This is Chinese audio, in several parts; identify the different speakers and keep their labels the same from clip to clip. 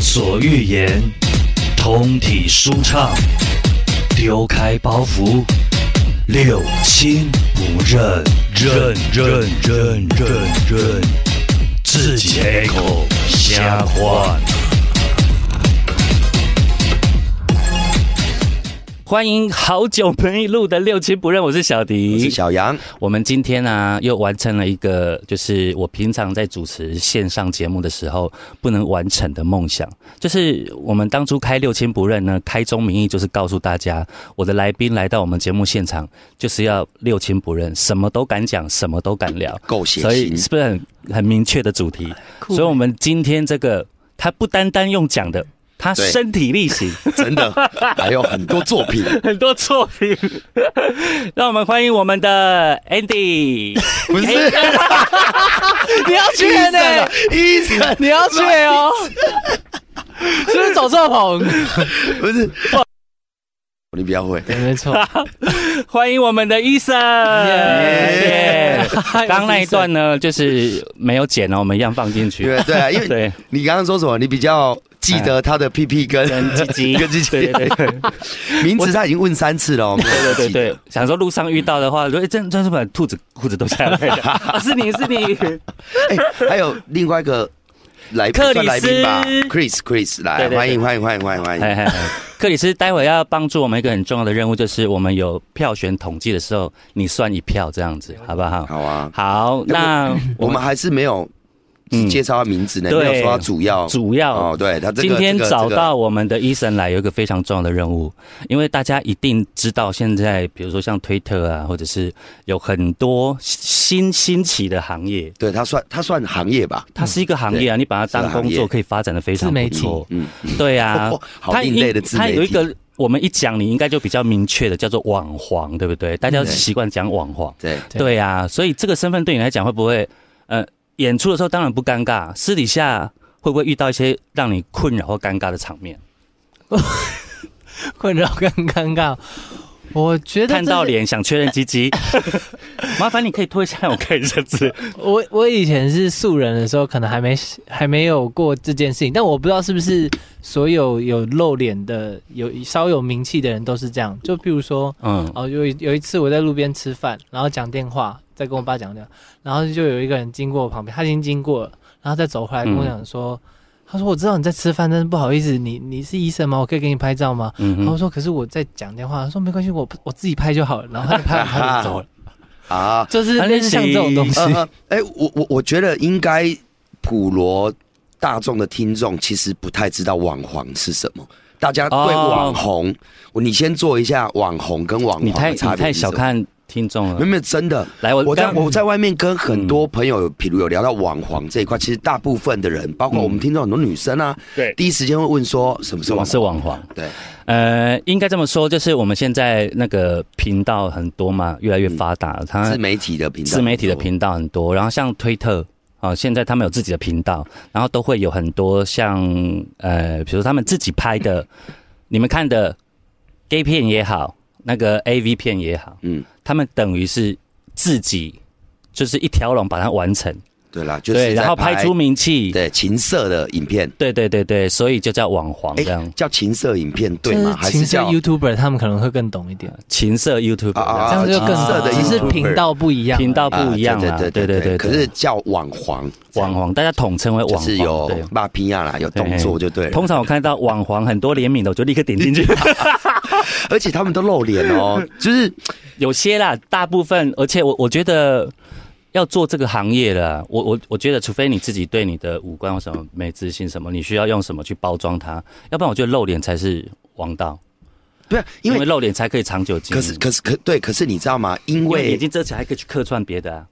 Speaker 1: 所欲言，通体舒畅，丢开包袱，六亲不认，认认认认认，自己开口瞎话。
Speaker 2: 欢迎好久没录的六亲不认，我是小迪，
Speaker 3: 我是小杨。
Speaker 2: 我们今天呢、又完成了一个，就是我平常在主持线上节目的时候不能完成的梦想。就是我们当初开六亲不认呢，开宗明义就是告诉大家，我的来宾来到我们节目现场，就是要六亲不认，什么都敢讲，什么都敢聊，
Speaker 3: 够血
Speaker 2: 所以
Speaker 3: 腥
Speaker 2: 是，不是很很明确的主题？所以我们今天这个，他不单单用讲的，他
Speaker 3: 对
Speaker 2: 身体力行。
Speaker 3: 真的，还有很多作 品。
Speaker 2: 很多作品。让我们欢迎我们的 Andy，
Speaker 3: 不是，
Speaker 4: 你要去呢、
Speaker 2: 啊
Speaker 3: 医生，
Speaker 4: 你要去哦、是不是走错棚？
Speaker 3: 不是，你比较会。
Speaker 4: 没错，
Speaker 2: 欢迎我们的医生。
Speaker 4: 耶
Speaker 2: 耶！刚刚那一段呢，就是没有剪了，哦我们一样放进去。
Speaker 3: 对对啊，因为
Speaker 2: 对，
Speaker 3: 你刚刚说什么？你比较记得他的屁屁跟
Speaker 2: 跟鸡鸡，
Speaker 3: 跟鸡
Speaker 2: 对
Speaker 3: 鸡
Speaker 2: 对对对
Speaker 3: 名词，他已经问三次了。对
Speaker 2: 对 对，想说路上遇到的话，说哎，真真是把兔子裤子都下来 了，啊是你是你，
Speaker 3: 哎，还有另外一个来宾
Speaker 2: 克里斯
Speaker 3: 算来宾吧，Chris Chris 来
Speaker 2: 对对，对
Speaker 3: 欢迎欢迎欢迎欢迎欢
Speaker 2: 嘿
Speaker 3: 迎。
Speaker 2: 嘿嘿克里斯，待会要帮助我们一个很重要的任务，就是我们有票选统计的时候，你算一票这样子，好不好？
Speaker 3: 好啊，
Speaker 2: 好，那
Speaker 3: 我们还是没有
Speaker 2: 嗯
Speaker 3: 介绍他名字呢，
Speaker 2: 对
Speaker 3: 没有说他主要。
Speaker 2: 主要
Speaker 3: 哦，对他这个
Speaker 2: 今天
Speaker 3: 这个
Speaker 2: 找
Speaker 3: 这个
Speaker 2: 到我们的医生来，有一个非常重要的任务，因为大家一定知道，现在比如说像推特啊，或者是有很多新兴起的行业，
Speaker 3: 对他算他算行业吧，
Speaker 2: 它是一个行业啊，你把它当工
Speaker 3: 嗯是个行
Speaker 2: 作
Speaker 3: 业
Speaker 2: 可以发展的非常
Speaker 4: 自
Speaker 2: 不
Speaker 4: 媒体
Speaker 2: 错，
Speaker 3: 嗯，，
Speaker 2: 对啊
Speaker 3: 好另类的自
Speaker 2: 它
Speaker 3: 媒体。
Speaker 2: 有一个。我们一讲，你应该就比较明确的叫做网黄，对不对？大家
Speaker 3: 对
Speaker 2: 习惯讲网黄，
Speaker 3: 对，
Speaker 4: 对
Speaker 2: 对啊，所以这个身份对你来讲会不会，呃，演出的时候当然不尴尬，私底下会不会遇到一些让你困扰或尴尬的场面？
Speaker 4: 困扰跟尴尬。我觉得
Speaker 2: 看到
Speaker 4: 这是
Speaker 2: 脸想确认鸡鸡， 麻烦你可以脱下来我看一下子。
Speaker 4: 我我以前是素人的时候，可能还没还没有过这件事情，但我不知道是不是所有有露脸的、有稍有名气的人都是这样。就譬如说，
Speaker 2: 嗯，
Speaker 4: 哦，有一有一次我在路边吃饭，然后讲电话，在跟我爸讲电话，然后就有一个人经过我旁边，他已经经过了，然后再走回来跟我讲说，他说我知道你在吃饭，但是不好意思，你你是医生吗？我可以给你拍照吗？
Speaker 2: 嗯
Speaker 4: 然后
Speaker 2: 哼
Speaker 4: 我说可是我在讲电话，他说没关系，我我自己拍就好了，然后他就拍 完他就走了，
Speaker 3: 啊，
Speaker 4: 就是类似像这种东西，
Speaker 3: 呃呃哎、我我我觉得应该普罗大众的听众其实不太知道网黄是什么。大家对
Speaker 2: 哦
Speaker 3: 网红，你先做一下网红跟网黄
Speaker 2: 你太
Speaker 3: 的
Speaker 2: 你
Speaker 3: 差别。
Speaker 2: 太小，看听众
Speaker 3: 没有
Speaker 2: 了。
Speaker 3: 没有真的。
Speaker 2: 来，我
Speaker 3: 我在
Speaker 2: 刚
Speaker 3: 我在外面跟很多朋友，比如有聊到网黄这一块，其实大部分的人，包括我们听众很多女生啊，
Speaker 2: 对
Speaker 3: 第一时间会问说什么是
Speaker 2: 什么嗯
Speaker 3: 网
Speaker 2: 是
Speaker 3: 红？
Speaker 2: 网黄？
Speaker 3: 对，
Speaker 2: 呃，应该这么说，就是我们现在那个频道很多嘛，越来越发达，它
Speaker 3: 自媒体的频道，
Speaker 2: 哎嗯自媒体的频道很多，然后像推特啊，现在他们有自己的频道，然后都会有很多像呃，比如说他们自己拍的，你们看的 gay 片也好，那个 AV 片也好，
Speaker 3: 嗯，
Speaker 2: 他们等于是自己就是一条龙把它完成，
Speaker 3: 对啦，就是
Speaker 2: 对，然
Speaker 3: 在
Speaker 2: 后拍出名气，
Speaker 3: 对情色的影片，
Speaker 2: 对对对对，所以就叫网黄
Speaker 3: 哎
Speaker 2: 这样，，
Speaker 3: 叫情色影片对
Speaker 4: 就
Speaker 3: 吗？
Speaker 4: 是
Speaker 3: 还
Speaker 4: 情
Speaker 3: 是
Speaker 4: 色
Speaker 3: 叫
Speaker 4: YouTuber 他们可能会更懂一点，
Speaker 2: 情色 YouTube
Speaker 3: 啊啊
Speaker 4: 这样就更
Speaker 3: 情色
Speaker 4: 懂
Speaker 3: 的
Speaker 4: 了，只是
Speaker 3: YouTuber
Speaker 4: 频道不一样而已，
Speaker 2: 频 道不一样啦，
Speaker 3: 啊对
Speaker 2: 对
Speaker 3: 对
Speaker 2: 对对，
Speaker 3: 可是叫网黄，
Speaker 2: 网黄大家统称为
Speaker 3: 就
Speaker 2: 网
Speaker 3: 是
Speaker 2: 黄，
Speaker 3: 有
Speaker 2: 对。
Speaker 3: 骂皮亚啦，有动作就对了，
Speaker 2: 通常我看到网黄很多怜悯的，我就立刻点 进去。
Speaker 3: 而且他们都露脸 哦，就是
Speaker 2: 有些啦，大部分，而且我我觉得要做这个行业啦，我我我觉得，除非你自己对你的五官或什么没自信什么，你需要用什么去包装它，要不然我觉得露脸才是王道，
Speaker 3: 不是啊因
Speaker 2: 因
Speaker 3: 为
Speaker 2: 为，露脸才可以长久经
Speaker 3: 可
Speaker 2: 营。
Speaker 3: 是可是可对，可是你知道吗？因
Speaker 2: 因为
Speaker 3: 为
Speaker 2: 眼睛遮起来还可以去客串别的啊，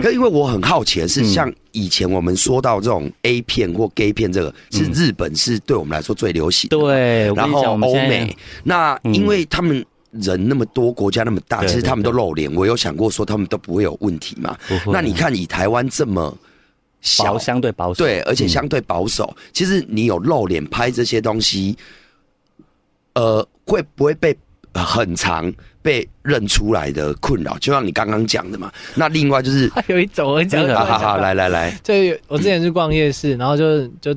Speaker 3: 可因为我很好奇的是，
Speaker 2: 嗯
Speaker 3: 像以前我们说到这种 A 片或 Gay 片，这个是
Speaker 2: 嗯
Speaker 3: 日本是对我们来说最流行的，
Speaker 2: 对，我跟
Speaker 3: 然
Speaker 2: 你
Speaker 3: 后
Speaker 2: 讲，我们
Speaker 3: 欧
Speaker 2: 现在嗯
Speaker 3: 美，那因为他们。人那么多，国家那么大，
Speaker 2: 对
Speaker 3: 其实他们都
Speaker 2: 对
Speaker 3: 露脸。我有想过说他们都不会有问题嘛？
Speaker 2: 不会
Speaker 3: 那你看以台湾这么
Speaker 2: 保
Speaker 3: 小，
Speaker 2: 相对保守，
Speaker 3: 对，而且
Speaker 4: 嗯，
Speaker 3: 相对保守，其实你有露脸拍这些东西，呃，会不会被呃很长被认出来的困扰？就像你刚刚讲的嘛。那另外就是啊
Speaker 4: 还有一种我讲
Speaker 2: 真的
Speaker 4: 的，
Speaker 3: 好好好，来来来，
Speaker 4: 就有我之前去逛夜市，然后就就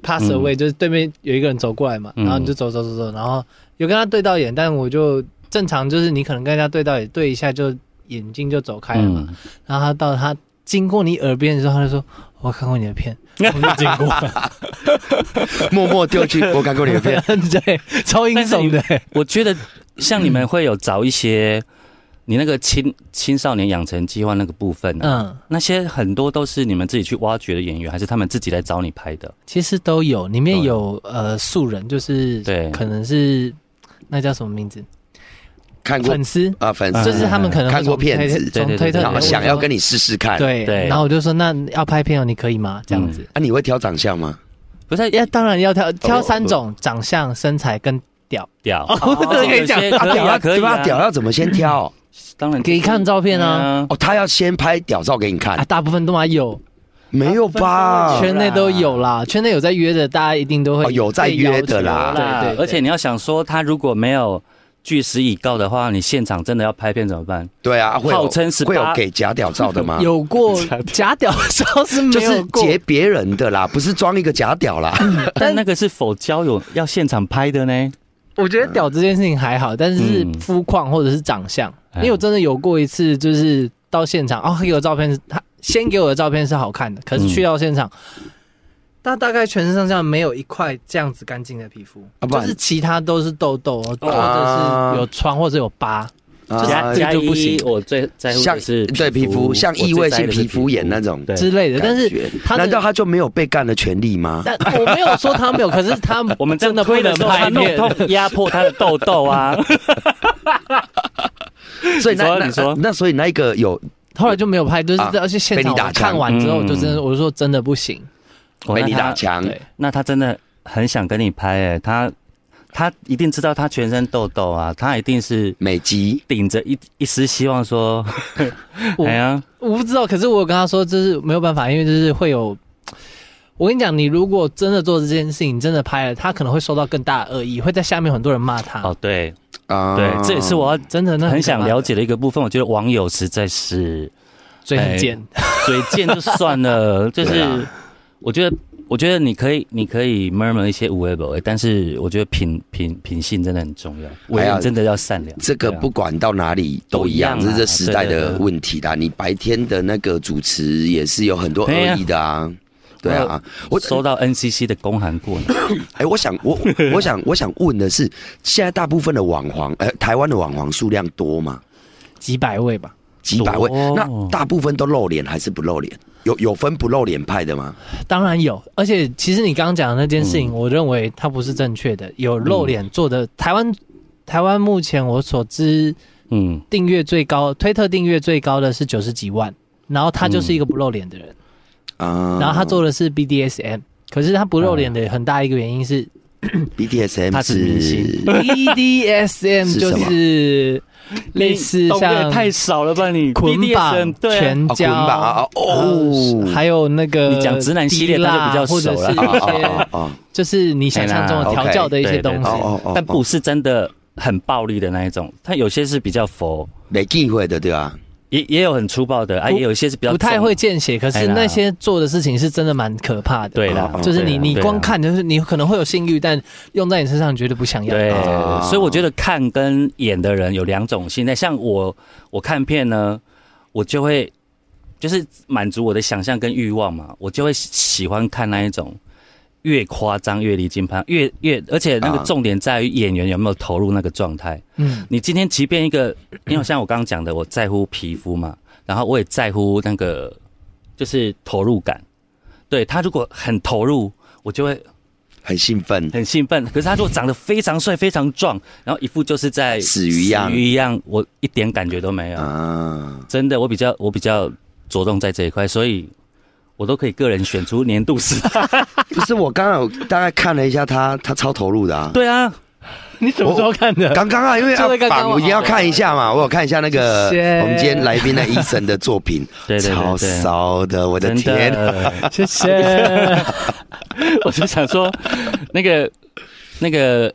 Speaker 4: pass
Speaker 3: 嗯
Speaker 4: away，、就是对面有一个人走过来嘛，
Speaker 2: 嗯
Speaker 4: 然后你就走走走走，然后有跟他对到眼，但我就正常就是你可能跟人家对到眼，对一下就眼睛就走开了嘛。
Speaker 2: 嗯，
Speaker 4: 然后他到他经过你耳边的时候，他就说：“我看过你的 片，我没有经过。
Speaker 3: 默默丢去我看过你的 片，”
Speaker 4: 对，超英雄的、
Speaker 2: 我觉得像你们会有找一些你那个青青少年养成计划那个部分、啊，
Speaker 4: 嗯，
Speaker 2: 那些很多都是你们自己去挖掘的演员，还是他们自己来找你拍的？
Speaker 4: 其实都有，里面有呃素人，就是
Speaker 2: 对
Speaker 4: 可能是那叫什么名字？
Speaker 3: 看过
Speaker 4: 粉丝，
Speaker 3: 啊粉
Speaker 2: 嗯
Speaker 3: 丝
Speaker 4: 就是他们可能会
Speaker 3: 看过
Speaker 4: 从推
Speaker 3: 片
Speaker 2: 对对
Speaker 3: 子
Speaker 4: 从推特
Speaker 2: 对
Speaker 4: 里
Speaker 3: 然后
Speaker 4: 面
Speaker 3: 想
Speaker 4: 问
Speaker 3: 要
Speaker 4: 说
Speaker 3: 跟你试试看。
Speaker 4: 对，
Speaker 2: 对
Speaker 4: 然后我就说那要拍片哦，你可以吗？这样子，
Speaker 3: 啊，你会挑长相吗？
Speaker 2: 不是
Speaker 4: 要当然要
Speaker 3: 哦
Speaker 4: 挑挑三种长相、身材跟屌，
Speaker 2: 屌，哦
Speaker 4: 我这个可以讲
Speaker 2: 有，些可以啊，可以
Speaker 3: 他
Speaker 2: 啊，
Speaker 3: 屌要怎么先挑？
Speaker 2: 当然
Speaker 4: 可以看照片啊
Speaker 2: 对啊
Speaker 3: 哦，他要先拍屌照给你看
Speaker 4: 啊，，大啊部分都嘛有，
Speaker 3: 没有吧？
Speaker 4: 圈内都有啦，圈内有在约的，大家一定都
Speaker 3: 哦
Speaker 4: 会
Speaker 3: 有在
Speaker 4: 被
Speaker 3: 约
Speaker 4: 要
Speaker 3: 的啦
Speaker 4: 求对对，对
Speaker 2: 而且你要想说，他如果没有据实以告的话，你现场真的要拍片怎么办？
Speaker 3: 对啊，会有
Speaker 2: 号称18
Speaker 3: 会有给假屌照的 吗？
Speaker 4: 有过假屌照是
Speaker 3: 啊就
Speaker 4: 没
Speaker 3: 是
Speaker 4: 有过，
Speaker 3: 截别人的啦，不 是装一个假屌啦。
Speaker 2: 但那个是否交友要现场拍的呢？
Speaker 4: 我觉得屌这件事情还好，但是
Speaker 2: 嗯
Speaker 4: 是肤况或者是长相，
Speaker 2: 哎
Speaker 4: 因为我真的有过一次，就是到现场，哦，他给我照片是，他先给我的照片是好看的，可是去到现场，他大概全身上下没有一块这样子干净的皮肤，
Speaker 3: 啊不
Speaker 4: 就
Speaker 3: 然
Speaker 4: 是其他都是痘痘，或
Speaker 3: 啊
Speaker 4: 者是有疮或者有疤，
Speaker 3: 啊
Speaker 2: 加
Speaker 4: 这
Speaker 2: 加
Speaker 4: 个就不
Speaker 2: 一
Speaker 4: 行，
Speaker 2: 我最在乎
Speaker 3: 像
Speaker 2: 的是
Speaker 3: 对皮肤，像异位性皮肤炎那种
Speaker 2: 对
Speaker 4: 之类的，但是
Speaker 3: 感觉
Speaker 4: 他的
Speaker 3: 难道他就没有被干的权利吗？
Speaker 4: 但我没有说他没有，可是他
Speaker 2: 我们
Speaker 4: 真的不
Speaker 2: 推
Speaker 4: 能
Speaker 2: 的时候
Speaker 4: 拍片
Speaker 2: 他弄痛压迫他的痘痘 啊，
Speaker 3: 所以
Speaker 2: 你说
Speaker 3: 那那
Speaker 2: 你说
Speaker 3: 那所以那一个有
Speaker 4: 后来就没有拍，就是
Speaker 3: 啊
Speaker 4: 而且现
Speaker 3: 被
Speaker 4: 场
Speaker 3: 你打
Speaker 4: 我看
Speaker 3: 枪
Speaker 4: 完之后，
Speaker 2: 嗯
Speaker 4: 就真的我就说真的不行，
Speaker 3: 被你
Speaker 2: 哦
Speaker 3: 打
Speaker 2: 那他
Speaker 3: 墙，
Speaker 4: 对。
Speaker 2: 那他真的很想跟你拍哎、他他一定知道他全身痘痘啊，他一定是
Speaker 3: 美肌
Speaker 2: 顶着一一丝希望 说，
Speaker 4: 我
Speaker 2: 哎呀，
Speaker 4: 我不知道，可是我有跟他说，就是没有办法，因为就是会有。我跟你讲，你如果真的做这件事情，真的拍了，他可能会受到更大的恶意，会在下面很多人骂他。
Speaker 2: 哦对
Speaker 3: 啊
Speaker 2: 对，这也是我要
Speaker 4: 真的，那
Speaker 2: 很想
Speaker 4: 可怕
Speaker 2: 了解的一个部分。我觉得网友实在是。
Speaker 4: 嘴
Speaker 2: 哎
Speaker 4: 很尖，
Speaker 2: 嘴贱就算 了，就
Speaker 3: 对
Speaker 2: 是
Speaker 3: 啊
Speaker 2: 我觉得，我觉得你可以，你可以 murmur 一些无谓不为，但是我觉得品品品性真的很重要，为
Speaker 3: 哎呀
Speaker 2: 人真的要善良。
Speaker 3: 这个
Speaker 2: 对啊
Speaker 3: 不管到哪里都一样，
Speaker 2: 都一
Speaker 3: 这
Speaker 2: 样
Speaker 3: 是
Speaker 2: 啊
Speaker 3: 这时代
Speaker 2: 对对
Speaker 3: 的
Speaker 2: 对
Speaker 3: 问题啦。你白天的那个主持也是有很多
Speaker 2: 对哦
Speaker 3: 恶
Speaker 2: 呀
Speaker 3: 意的啊。对啊，我
Speaker 2: 我收到 NCC 的公函过呢，
Speaker 3: 哎、我想我我想我想问的是，现在大部分的网黄，呃，台湾的网黄数量多吗？
Speaker 4: 几百位吧，
Speaker 3: 几百位？
Speaker 2: 多
Speaker 3: 那大部分都露脸还是不露脸？有有分不露脸派的吗？
Speaker 4: 当然有。而且其实你刚刚讲的那件事
Speaker 2: 嗯
Speaker 4: 情，我认为它不是正确的，有露脸做的。台湾台湾目前我所知
Speaker 2: 嗯，
Speaker 4: 订阅最高，推特订阅最高的是九十几万，然后他
Speaker 2: 嗯
Speaker 4: 就是一个不露脸的人。
Speaker 3: 啊，
Speaker 4: 然后他做的是 BDSM，可是他不露脸的很大一个原因是
Speaker 3: BDSM
Speaker 2: 他是明星
Speaker 4: BDSM
Speaker 3: 是什
Speaker 4: 就
Speaker 3: 么
Speaker 4: 是类似
Speaker 2: 懂得
Speaker 4: 像
Speaker 2: 太少了吧你
Speaker 4: 捆
Speaker 2: BDSM
Speaker 4: 绑、
Speaker 2: 对啊
Speaker 4: 拳
Speaker 3: 哦捆绑啊
Speaker 4: 交，呃
Speaker 3: 哦，
Speaker 4: 还有那个
Speaker 2: 你讲直男系列
Speaker 4: 滴蜡
Speaker 2: 大家比较熟了
Speaker 3: 哦
Speaker 4: 或者是一
Speaker 3: 哦
Speaker 4: 些
Speaker 3: 哦
Speaker 4: 就是你想象中的调教的一些东
Speaker 3: 哦
Speaker 4: 西
Speaker 2: 啊哎啦。
Speaker 3: 哦哦，
Speaker 2: 但不是真的很暴力的那一种，他有些是比较佛，
Speaker 3: 没忌讳的，对吧、
Speaker 2: 也也有很粗暴的啊，
Speaker 4: 不
Speaker 2: 也有一些是比较
Speaker 4: 不太
Speaker 2: 重
Speaker 4: 会见血，可
Speaker 2: 哎
Speaker 4: 是
Speaker 2: 啦
Speaker 4: 那些做的事情是真的蛮可怕的。
Speaker 2: 对啦
Speaker 3: 哦，
Speaker 4: 就是你
Speaker 2: 对啦
Speaker 4: 你
Speaker 2: 对啦
Speaker 4: 光看就是你可能会有性欲，但用在你身上你绝对不想要。
Speaker 2: 对
Speaker 3: 啊，
Speaker 2: 所以我觉得看跟演的人有两种心态。像我，我看片呢，我就会就是满足我的想象跟欲望嘛，我就会喜喜欢看那一种越夸张越离经叛，越越而且那个
Speaker 3: 啊
Speaker 2: 重点在于演员有没有投入那个状态。
Speaker 4: 嗯，
Speaker 2: 你今天即便一个，因为像我刚刚讲的，我在乎皮肤嘛，然后我也在乎那个就是投入感。对他如果很投入，我就会
Speaker 3: 很兴奋，
Speaker 2: 很兴奋。可是他如果长得非常帅、非常壮，然后一副就是在
Speaker 3: 死鱼样
Speaker 2: 死鱼一样，我一点感觉都没有。
Speaker 3: 啊，
Speaker 2: 真的，我比较我比较着重在这一块，所以我都可以个人选出年度 十大。
Speaker 3: 不是我刚刚有大概看了一下他，他超投入的啊。
Speaker 2: 对啊，
Speaker 4: 你什么时候看的？
Speaker 3: 刚刚啊，因为要
Speaker 4: 就在刚刚
Speaker 3: 访，我一定要看一下嘛，我有看一下那个
Speaker 4: 谢谢
Speaker 3: 我们今天来宾的医生的作品，
Speaker 2: 对对
Speaker 3: 超
Speaker 2: 对对。
Speaker 3: 骚的，我的
Speaker 2: 真
Speaker 3: 天！啊
Speaker 2: 的，
Speaker 4: 谢谢。
Speaker 2: 我就想说，那个那个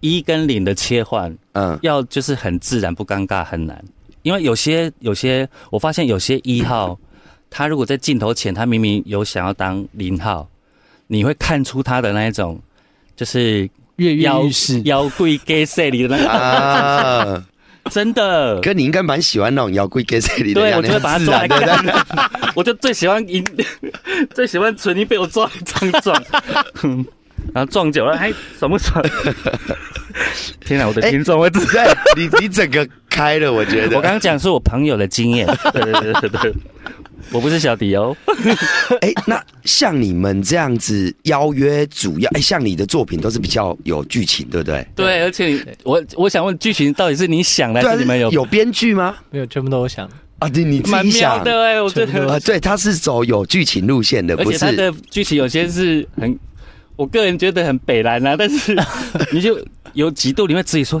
Speaker 2: 一跟零的切换，
Speaker 3: 嗯，
Speaker 2: 要就是很自然不尴尬很难，因为有些有些我发现有些一号，他如果在镜头前他明明有想要当零号，你会看出他的那一种，就是
Speaker 4: 跃跃
Speaker 2: 摇
Speaker 4: 欲试，
Speaker 2: 摇柜 gay 赛里的那个，
Speaker 3: 啊，
Speaker 2: 真的。
Speaker 3: 哥，你应该蛮喜欢那种摇滚 gay 里的
Speaker 2: 对，
Speaker 3: 样
Speaker 2: 我
Speaker 3: 子，
Speaker 2: 就会把他
Speaker 3: 很
Speaker 2: 抓来
Speaker 3: 自然对不对？
Speaker 2: 干， 我就最喜欢赢， 最喜欢纯一被我抓来这样 撞，哼然后撞久了还哎爽不爽？天哪，我的
Speaker 3: 哎
Speaker 2: 听众会知
Speaker 3: 对，你你整个开了，我觉 得。
Speaker 2: 我刚刚讲是我朋友的经 验，对对对对对，我不是小迪哦，
Speaker 3: 哎、那像你们这样子邀约主要，哎、像你的作品都是比较有剧情，对不对？
Speaker 2: 对，而且你我我想问剧情到底是你想的还
Speaker 3: 对啊，
Speaker 2: 是你们有？
Speaker 3: 有编剧吗？
Speaker 4: 没有，全部都我想的。
Speaker 3: 啊，你你自
Speaker 2: 蛮
Speaker 3: 己
Speaker 2: 妙
Speaker 3: 想
Speaker 2: 的哎，我觉
Speaker 4: 全部
Speaker 2: 得
Speaker 3: 啊，，对，他是走有剧情路线的，
Speaker 2: 而
Speaker 3: 不
Speaker 2: 且
Speaker 3: 是
Speaker 2: 他的剧情有些是很，我个人觉得很北蓝啊，但 是你就有几度你会自己说。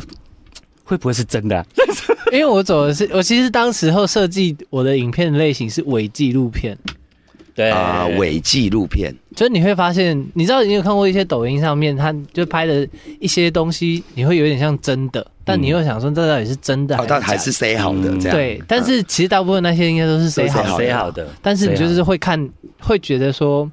Speaker 2: 会不会是真的、啊？
Speaker 4: 因为我走的是，我其实当时候设计我的影片类型是伪纪录片，
Speaker 2: 对
Speaker 3: 啊伪纪录片
Speaker 4: 就是你会发现，你知道你有看过一些抖音上面，他就拍的一些东西，你会有点像真的，但你又想说这到底是真的
Speaker 3: 哦，他还
Speaker 4: 还
Speaker 3: 是
Speaker 4: 是假
Speaker 3: say 好的
Speaker 2: 嗯
Speaker 3: 这
Speaker 4: 的
Speaker 3: 样。
Speaker 4: 对，但是其实大部分那些应该都是谁
Speaker 3: 都是 say
Speaker 4: 好
Speaker 3: 好
Speaker 4: 的，
Speaker 2: 谁好的？
Speaker 4: 但是你就是会看，会觉得说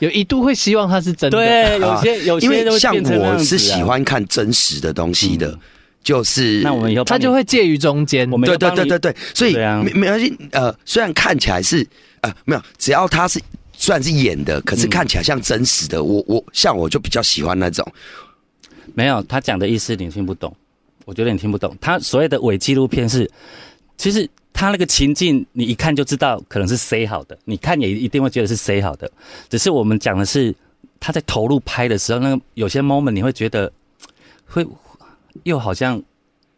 Speaker 4: 有一度会希望它是真的，
Speaker 2: 对，有
Speaker 3: 啊
Speaker 2: 些有些
Speaker 3: 因为
Speaker 2: 都
Speaker 3: 像
Speaker 2: 变成那
Speaker 3: 我
Speaker 2: 样子
Speaker 3: 是
Speaker 2: 啊嗯
Speaker 3: 喜，欢看真实的东西的，就是
Speaker 2: 那我们以后
Speaker 4: 它
Speaker 2: 帮你
Speaker 4: 就会介于中间
Speaker 2: 我。们
Speaker 3: 对
Speaker 2: 要
Speaker 3: 对
Speaker 2: 帮
Speaker 3: 对
Speaker 2: 你
Speaker 3: 对对，所以
Speaker 2: 对啊
Speaker 3: 没没关系。呃，虽然看起来是呃没有，只要他是虽然是演的，可是
Speaker 2: 嗯
Speaker 3: 看起来像真实的。我我像我就比较喜欢那种
Speaker 2: 没有，他讲的意思你听不懂，我觉得你听不懂。他所谓的伪纪录片是，其实他那个情境你一看就知道可能是 C 好的，你看也一定会觉得是 C 好的。只是我们讲的是他在投入拍的时候，那个有些 moment 你会觉得会又好像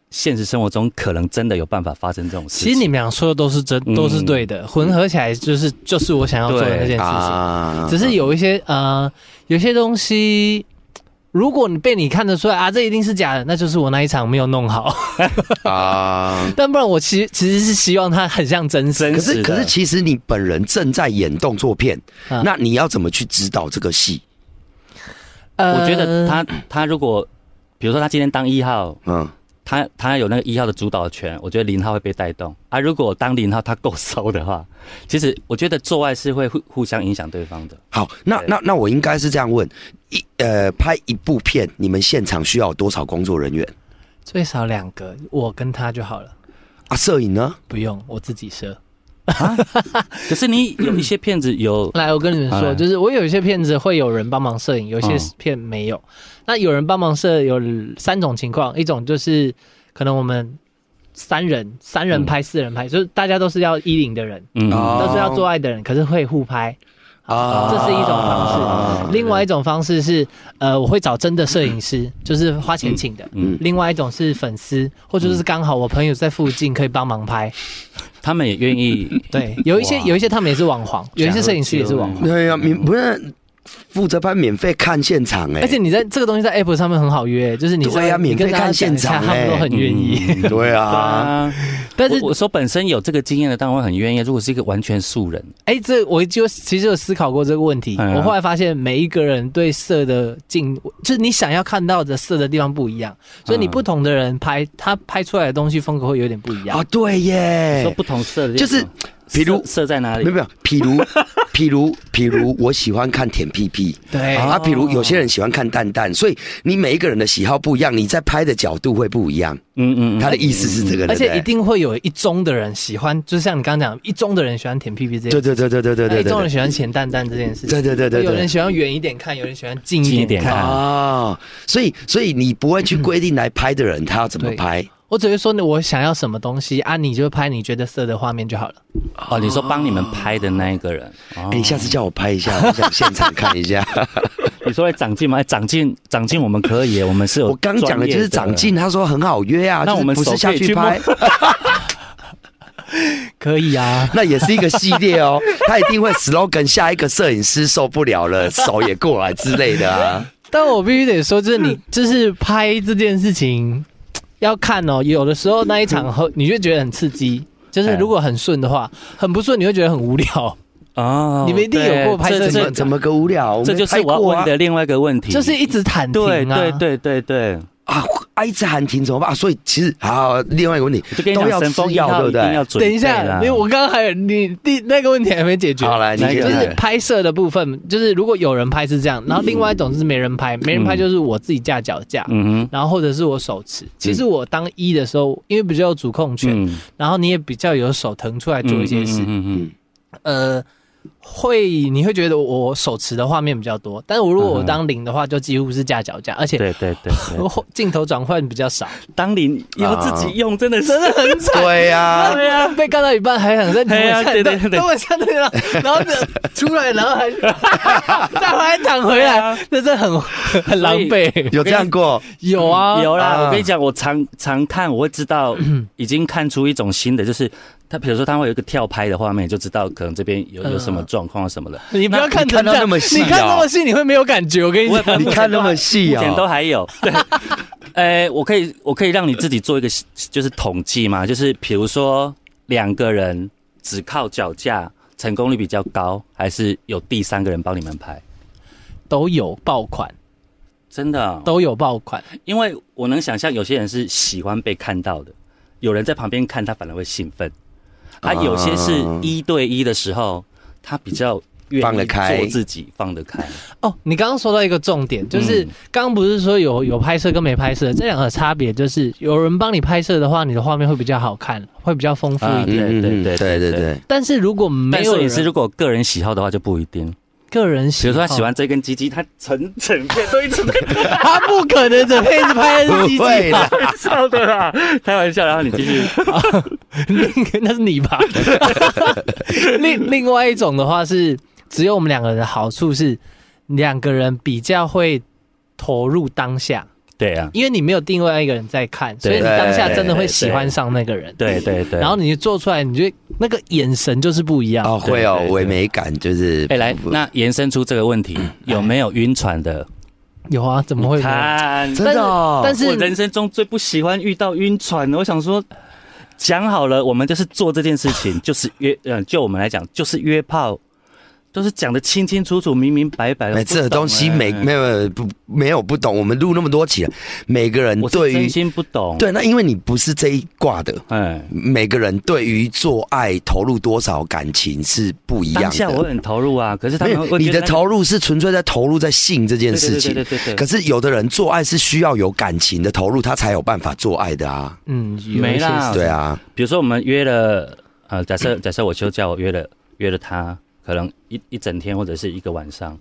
Speaker 2: 现实生活中可能真的有办法发生这种事情。
Speaker 4: 其实你们俩说的都是真，
Speaker 2: 嗯
Speaker 4: 都是对的，混合起来就是就是我想要做的那件事情。
Speaker 2: 哎
Speaker 3: 啊，
Speaker 2: 嗯
Speaker 4: 只是有一些呃，有些东西，如果你被你看得出来啊，这一定是假的，那就是我那一场没有弄好。
Speaker 3: 啊。
Speaker 4: 但不然，我其实其实是希望它很像真实。
Speaker 2: 真
Speaker 3: 可
Speaker 2: 实的嗯
Speaker 3: 是可是，其实你本人正在演动作片，
Speaker 4: 啊
Speaker 3: 那你要怎么去指导这个戏？
Speaker 4: 呃
Speaker 2: 我觉得他他如果比如说他今天当一号，
Speaker 3: 嗯，
Speaker 2: 他他有那个一号的主导权，我觉得零号会被带动啊。如果当零号他够骚的话，其实我觉得做爱是会互互相影响对方的。
Speaker 3: 好，那
Speaker 2: 对
Speaker 3: 那那我应该是这样问：一呃，拍一部片，你们现场需要有多少工作人员
Speaker 4: 最少两个，我跟他就好了，
Speaker 3: 啊？摄影呢？
Speaker 4: 不用我自己设。
Speaker 2: 可是你有一些骗子有
Speaker 4: 来，我跟你们
Speaker 2: 好
Speaker 4: 说，
Speaker 2: 来
Speaker 4: 就是我有一些片子会有人帮忙摄影，有一些
Speaker 2: 哎嗯
Speaker 4: 片没有。那有人帮忙摄有三种情况，一种就是可能我们三人三人拍、四人拍，就是大家都是要衣领的人，
Speaker 2: 嗯
Speaker 3: 哦
Speaker 4: 都是要做爱的人，可是会互拍，
Speaker 3: 啊
Speaker 4: 这是一种方
Speaker 2: 啊
Speaker 4: 式。另外一种方式是，呃，我会找真的摄影师，就是花钱请的。
Speaker 2: 嗯
Speaker 4: 另外一种是粉丝，或者是刚好我朋友在附近可以帮忙拍。
Speaker 2: 他们也愿意
Speaker 4: 对，有一些
Speaker 3: 哇
Speaker 4: 有一些他们也是网红，有一些摄影师也是网红。
Speaker 3: 对呀、免不是负责拍免费看现场哎、
Speaker 4: 而且你在这个东西在 App 上面很好约，就是你
Speaker 3: 对啊
Speaker 4: 你跟
Speaker 3: 免费
Speaker 4: 大家
Speaker 3: 看现场
Speaker 4: 讲一下他们
Speaker 3: 欸
Speaker 4: 都很愿意。
Speaker 2: 嗯
Speaker 3: 对
Speaker 2: 对
Speaker 3: 啊，
Speaker 2: 啊，
Speaker 4: 但是
Speaker 2: 我我说本身有这个经验的，当然会很愿意。如果是一个完全素人，
Speaker 4: 哎、这我就其实有思考过这个问题。
Speaker 3: 哎
Speaker 2: 嗯啊
Speaker 4: 我后来发现，每一个人对色的进，就是你想要看到的色的地方不一样，所以你
Speaker 2: 嗯
Speaker 4: 不同的人拍，他拍出来的东西风格会有点不一样。
Speaker 3: 啊对
Speaker 2: 说
Speaker 4: 哎
Speaker 3: 耶，
Speaker 2: 不同色的地
Speaker 3: 就
Speaker 2: 方，
Speaker 3: 是比如
Speaker 2: 色色在哪
Speaker 3: 没
Speaker 2: 里
Speaker 3: 有？没有，譬如 譬如譬如我喜欢看舔屁屁。
Speaker 4: 对，哦
Speaker 3: 啊，譬如有些人喜欢看蛋蛋，所以你每一个人的喜好不一样，你在拍的角度会不一样。
Speaker 2: 嗯嗯嗯，
Speaker 3: 他的意思是这个，对
Speaker 4: 而
Speaker 3: 不
Speaker 4: 且
Speaker 3: 对
Speaker 4: 一定会有一中的人喜欢，就像你刚刚讲，一中的人喜欢舔屁屁这件
Speaker 3: 对
Speaker 4: 事，
Speaker 3: 对对对对对对
Speaker 4: 哎一中人
Speaker 3: 对
Speaker 4: 喜欢舔蛋蛋这件事情，
Speaker 3: 对对对对
Speaker 4: 有人
Speaker 3: 对
Speaker 4: 喜欢远一点看，有人喜欢近
Speaker 2: 近一
Speaker 4: 一
Speaker 2: 点
Speaker 4: 点
Speaker 2: 看
Speaker 4: 看。
Speaker 3: 啊！所以所以你不会去规定来拍的人他要怎么拍
Speaker 4: 我只会说呢我想要什么东西啊，你就拍你觉得色的画面就好了。
Speaker 2: 哦，你说帮你们拍的那一个人，哦
Speaker 3: 哎，你下次叫我拍一下，我想现场看一 下。
Speaker 2: 你说会长进吗？哎长进，长进，我们可以，我们是有
Speaker 3: 我刚讲的就是长进，他说很好约啊，
Speaker 2: 那我们
Speaker 3: 就是不
Speaker 2: 手
Speaker 3: 是下
Speaker 2: 可以去
Speaker 3: 去拍，
Speaker 4: 可以啊，
Speaker 3: 那也是一个系列哦。他一定会 slogan 下一个摄影师受不了了，手也过来之类的啊。
Speaker 4: 但我必须得说，就 是你就是拍这件事情要看哦，有的时候那一场后你就觉得很刺激。就是如果很顺的话，很不顺你会觉得很无聊。
Speaker 2: 哦
Speaker 4: 你们一定有过拍
Speaker 2: 这
Speaker 3: 怎么
Speaker 4: 摄
Speaker 2: 这
Speaker 4: 经
Speaker 3: 怎么个无聊？我
Speaker 2: 这
Speaker 3: 没
Speaker 2: 就是
Speaker 3: 拍
Speaker 2: 我要
Speaker 3: 过啊
Speaker 2: 问的另外一个问题，
Speaker 4: 就是一直坦
Speaker 2: 嗯对
Speaker 4: 平啊，
Speaker 2: 对对对对，
Speaker 3: 啊啊，一直喊停怎么办？啊所以其实好，另外一个问题
Speaker 2: 我就跟你
Speaker 3: 都
Speaker 2: 讲，
Speaker 3: 要
Speaker 2: 神风
Speaker 3: 吃
Speaker 2: 一
Speaker 3: 药
Speaker 2: 号
Speaker 3: 对
Speaker 2: 一
Speaker 3: 不
Speaker 2: 定
Speaker 3: 对
Speaker 2: 要准
Speaker 4: 等一
Speaker 2: 备
Speaker 4: 下，
Speaker 2: 啦
Speaker 4: 因为我刚刚还有你第那个问题还没解决。
Speaker 3: 好来，你
Speaker 2: 哪一
Speaker 3: 先
Speaker 2: 个
Speaker 4: 就
Speaker 2: 对
Speaker 4: 是
Speaker 3: 来
Speaker 4: 拍摄的部分，就是如果有人拍是这
Speaker 2: 嗯
Speaker 4: 样，然后另外一种是没人拍，没人拍就是我自己架脚架，
Speaker 2: 嗯哼，
Speaker 4: 然后或者是我手持。其实我当一的时候，因为比较有主控权，
Speaker 2: 嗯，
Speaker 4: 然后你也比较有手腾出来做一些事，
Speaker 2: 嗯嗯
Speaker 4: 呃，会你会觉得我手持的画面比较多，但是我如果我当零的话，就几乎是架脚架，而且
Speaker 2: 对对对对，
Speaker 4: 我 镜头转换比 较少，
Speaker 2: 当你要自己用，真的是
Speaker 4: 真的很 惨。
Speaker 3: 对啊呀，
Speaker 4: 对呀，被干到一半还想再
Speaker 2: 嘿啊
Speaker 4: 等
Speaker 2: 对
Speaker 4: 我
Speaker 2: 对对
Speaker 4: 下，等我下对了，然后就出来，然后还 再回来躺回
Speaker 2: 对
Speaker 4: 来
Speaker 2: 啊，
Speaker 4: 那真的很很狼狈。
Speaker 3: 有这 样过，
Speaker 4: 有啊，
Speaker 2: 有啦，
Speaker 3: 啊
Speaker 2: 我跟你讲，我常常看，我会知道，已经看出一种新的，就是他，比如说他会有一个跳拍的画面，就知道可能这边有有什么状况啊什么的。
Speaker 4: 你不要
Speaker 3: 那
Speaker 4: 看
Speaker 3: 你看到
Speaker 4: 成这样
Speaker 3: 那么细
Speaker 4: 你看
Speaker 3: 啊
Speaker 4: 那么细，你会没有感觉。我跟你
Speaker 2: 我也不
Speaker 4: 讲，
Speaker 3: 你看那么细
Speaker 2: 目前都
Speaker 3: 啊，
Speaker 2: 还有， 对，呃，我可以，我可以让你自己做一个就是统计嘛，就是比如说两个人只靠脚架，成功率比较高，还是有第三个人帮你们拍？
Speaker 4: 都有爆款，
Speaker 2: 真的哦、
Speaker 4: 都有爆款。
Speaker 2: 因为我能想象有些人是喜欢被看到的，有人在旁边看他反而会兴奋，啊，有些是一对一的时候，他比较愿意
Speaker 3: 放得开
Speaker 2: 做自己放得开，
Speaker 4: 哦，你刚刚说到一个重点，就是
Speaker 2: 嗯
Speaker 4: 刚刚不是说有有拍摄跟没拍摄，这两个差别就是有人帮你拍摄的话，你的画面会比较好看，会比较丰富一
Speaker 2: 啊对对
Speaker 4: 点。
Speaker 2: 对
Speaker 3: 嗯对对对，
Speaker 4: 但是如果没
Speaker 2: 但
Speaker 4: 有
Speaker 2: 摄影
Speaker 4: 人，
Speaker 2: 师如果个人喜好的话就不一定，
Speaker 4: 个人喜
Speaker 2: 比
Speaker 4: 好，
Speaker 2: 如说他喜欢这根鸡鸡，他成整片都一直在
Speaker 4: 他啊不可能整天一直拍 的是鸡
Speaker 3: 不会
Speaker 4: 鸡 吧？
Speaker 3: 的，
Speaker 2: 笑的啦，开玩笑，然后你继续，
Speaker 4: 那是你吧？ 另另外一种的话是，只有我们两个人的好处是，两个人比较会投入当下，
Speaker 2: 对 啊，
Speaker 4: 因为你没有定位一个人在看，所以你
Speaker 3: 对
Speaker 4: 当下真
Speaker 2: 对
Speaker 4: 的会
Speaker 2: 对
Speaker 4: 喜欢上那个人。
Speaker 2: 对对对，
Speaker 4: 然后你做出来，你就那个眼神就是不一样。
Speaker 3: 哦会
Speaker 2: 对
Speaker 3: 哦
Speaker 2: 对对
Speaker 3: 唯美感就是，
Speaker 2: 哎来，那延伸出这个问
Speaker 3: 嗯
Speaker 2: 题，有没有晕船的？
Speaker 4: 有啊，怎么会没有？
Speaker 2: 看，
Speaker 3: 真的哦，
Speaker 4: 但是
Speaker 2: 我人生中最不喜欢遇到晕船的。我想说，讲好了，我们就是做这件事 情，就是约，嗯、就我们来讲，就是约炮，都是讲的清清楚楚、明明白白的。
Speaker 3: 哎，这个东西每没
Speaker 2: 有，
Speaker 3: 有不没有不懂，我们录那么多期了，每个人
Speaker 2: 我是
Speaker 3: 对
Speaker 2: 真
Speaker 3: 于
Speaker 2: 心不懂。，
Speaker 3: 对，那因为你不是这一挂的，
Speaker 2: 哎，
Speaker 3: 每个人对于做爱投入多少感情是不一样
Speaker 2: 当下我
Speaker 3: 的。
Speaker 2: 很投入啊，可是他
Speaker 3: 没
Speaker 2: 们
Speaker 3: 有，
Speaker 2: 会
Speaker 3: 你
Speaker 2: 觉得
Speaker 3: 的
Speaker 2: 那
Speaker 3: 投入是纯粹在投入在性这件
Speaker 2: 对
Speaker 3: 事情
Speaker 2: 对，对对对
Speaker 3: 可是有的人做爱是需要有感情的投入，他才有办法做爱的啊。
Speaker 4: 嗯，有
Speaker 2: 没啦
Speaker 4: 一些是
Speaker 3: 对啊，
Speaker 2: 比如说我们约了，呃，假设假设我休假，我约了约了他，可能一一整天或者是一个晚上，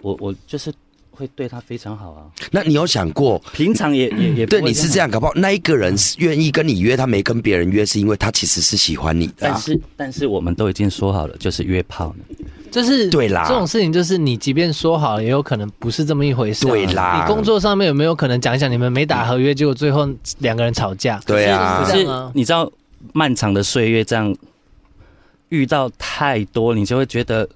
Speaker 2: 我我就是会对他非常好啊。
Speaker 3: 那你有想过，
Speaker 2: 平常也也也不
Speaker 3: 对
Speaker 2: 会
Speaker 3: 你是这样，搞不好那一个人是愿意跟你约，他没跟别人约，是因为他其实是喜欢你的、
Speaker 2: 但
Speaker 3: 啊。
Speaker 2: 是但是我们都已经说好了，就是约炮呢。
Speaker 4: 就是
Speaker 3: 对啦
Speaker 4: 这种事情就是你即便说好了，也有可能不是这么一回事、啊。
Speaker 3: 对啦
Speaker 4: 你工作上面有没有可能讲一讲你们没打合约，结果最后两个人吵架？
Speaker 3: 对啊
Speaker 2: 可
Speaker 4: 这
Speaker 2: 是
Speaker 4: 样啊
Speaker 2: 你知道，漫长的岁月这样遇到太多，你就会觉得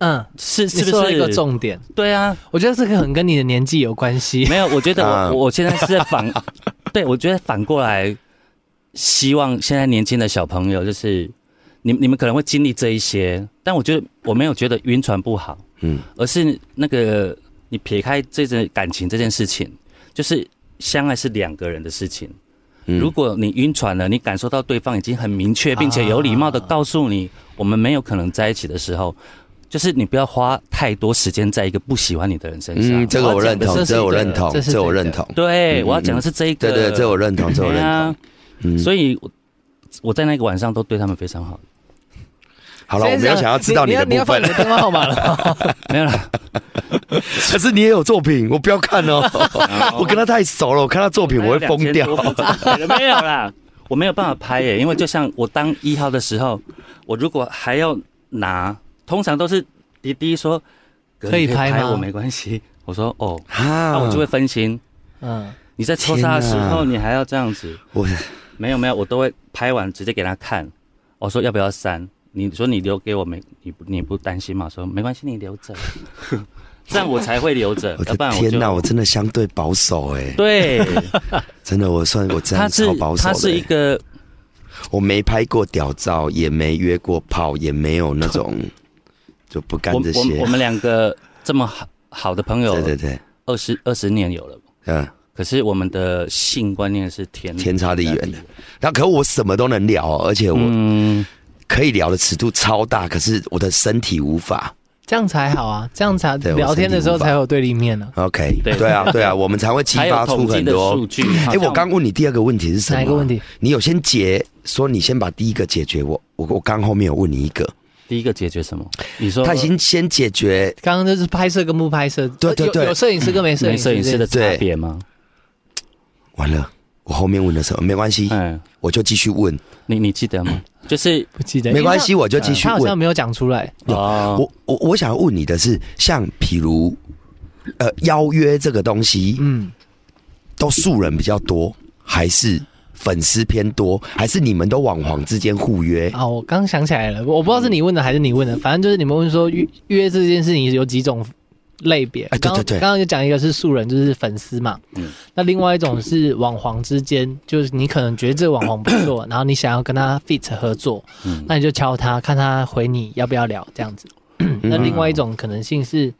Speaker 4: 嗯，
Speaker 2: 是
Speaker 4: 你
Speaker 2: 是
Speaker 4: 说
Speaker 2: 不
Speaker 4: 到
Speaker 2: 是
Speaker 4: 一个重点，
Speaker 2: 对啊？
Speaker 4: 我觉得这个很跟你的年纪有关系。
Speaker 2: 没有，我觉得
Speaker 3: 啊
Speaker 2: 我我现在是在反，对我觉得反过来，希望现在年轻的小朋友就是你你们可能会经历这一些，但我觉得我没有觉得晕船不好，
Speaker 3: 嗯，
Speaker 2: 而是那个你撇开这件感情这件事情，就是相爱是两个人的事情。
Speaker 3: 嗯
Speaker 2: 如果你晕船了，你感受到对方已经很明确并且有礼貌的
Speaker 3: 啊
Speaker 2: 告诉你，我们没有可能在一起的时候，就是你不要花太多时间在一个不喜欢你的人身上。
Speaker 3: 嗯，这个我认同，
Speaker 4: 这是
Speaker 3: 这个我认同，
Speaker 4: 这是
Speaker 3: 这个我认同。
Speaker 2: 对，
Speaker 3: 嗯
Speaker 2: 我要讲的是这一个。
Speaker 3: 对对，这我认同，这我
Speaker 2: 对
Speaker 3: 认
Speaker 2: 啊
Speaker 3: 同。，嗯，
Speaker 2: 所以我我在那个晚上都对他们非常好。
Speaker 3: 好了，我没有想要知道
Speaker 4: 你
Speaker 3: 你的
Speaker 4: 你要
Speaker 3: 部
Speaker 4: 放
Speaker 3: 分
Speaker 4: 你，的电话号码了。
Speaker 2: 没有啦，
Speaker 3: 可是你也有作品，我不要看 哦。我跟他太熟了，我看他作品我会疯 掉。
Speaker 2: 没有啦，我没有办法拍耶、因为就像我当一号的时候，我如果还要拿，通常都是滴滴说哥
Speaker 4: 可以
Speaker 2: 你
Speaker 4: 拍吗
Speaker 2: 我没关系。我说哦，那、
Speaker 3: 啊
Speaker 2: 我就会分心。
Speaker 4: 嗯，
Speaker 2: 你在抽他的时
Speaker 3: 天
Speaker 2: 候，
Speaker 3: 哪
Speaker 2: 你还要这样子？
Speaker 3: 我
Speaker 2: 没有没有，我都会拍完直接给他看。我说要不要删？你说你留给我没？你不你不担心吗？说没关系，你留 着，这样我才会留着
Speaker 3: 我。
Speaker 2: 要不
Speaker 3: 的
Speaker 2: 然我
Speaker 3: 天哪，
Speaker 2: 就
Speaker 3: 我真的相对保守哎，
Speaker 2: 对，
Speaker 3: 真的我算我真
Speaker 2: 他
Speaker 3: 的
Speaker 2: 是
Speaker 3: 超保守
Speaker 2: 他是
Speaker 3: 的
Speaker 2: 一
Speaker 3: 欸。
Speaker 2: 个
Speaker 3: 我没拍过屌照，也没约过炮，也没有那 种就不干
Speaker 2: 我
Speaker 3: 这
Speaker 2: 我
Speaker 3: 些
Speaker 2: 我。们两个这么好好的朋友
Speaker 3: 对，对对，
Speaker 2: 二十二十年有了，
Speaker 3: 嗯，
Speaker 2: 可是我们的性观念是天
Speaker 3: 天差地远
Speaker 2: 的。
Speaker 3: 那可我什么都能聊哦，而且我
Speaker 2: 嗯，
Speaker 3: 可以聊的尺度超大，可是我的身体无法。
Speaker 4: 这样才好啊，这样才
Speaker 3: 对我
Speaker 4: 聊天的时候才有对立面呢、
Speaker 3: OK，
Speaker 2: 对
Speaker 3: 对啊， 对啊，我们才会激
Speaker 2: 还有
Speaker 3: 发出
Speaker 2: 统计
Speaker 3: 很
Speaker 2: 的
Speaker 3: 多
Speaker 2: 数。据。
Speaker 3: 哎、我刚问你第二个问题是什么？
Speaker 4: 哪一个问？题？
Speaker 3: 你有先解说，你先把第一个解决我。我我刚后面有问你一个，
Speaker 2: 第一个解决什么？你说
Speaker 3: 他已经先解决
Speaker 4: 刚刚就是拍摄跟不拍摄，
Speaker 3: 对对
Speaker 4: 有
Speaker 3: 对
Speaker 4: 有摄影师跟没摄
Speaker 2: 没
Speaker 4: 影师
Speaker 2: 摄影师的
Speaker 4: 这件事
Speaker 2: 差别吗？
Speaker 3: 完了，我后面问了什么没关系，
Speaker 2: 嗯，
Speaker 3: 我就继续问，
Speaker 2: 你你记得吗？就是
Speaker 4: 不记得，
Speaker 3: 没关系，我就
Speaker 4: 因
Speaker 3: 继
Speaker 4: 为
Speaker 3: 续
Speaker 4: 他他好像
Speaker 3: 问。
Speaker 4: 没有讲出来，
Speaker 2: 哦，
Speaker 3: 我我我想要问你的是，像譬如，呃，邀约这个东西，
Speaker 4: 嗯，
Speaker 3: 都素人比较多，还是粉丝偏多，还是你们都网黄之间互约？
Speaker 4: 啊，我刚想起来了，我不知道是你问的还是你问的，反正就是你们问说约约这件事情有几种类别。
Speaker 3: 哎对
Speaker 4: 刚
Speaker 3: 对对
Speaker 4: 刚刚就讲一个是素人，就是粉丝嘛。
Speaker 2: 嗯
Speaker 4: 那另外一种是网黄之间，就是你可能觉得这个网黄不 错，然后你想要跟他 fit 合作，
Speaker 2: 嗯
Speaker 4: 那你就敲他，看他回你要不要聊这样子。
Speaker 3: 嗯
Speaker 4: 那另外一种可能性是，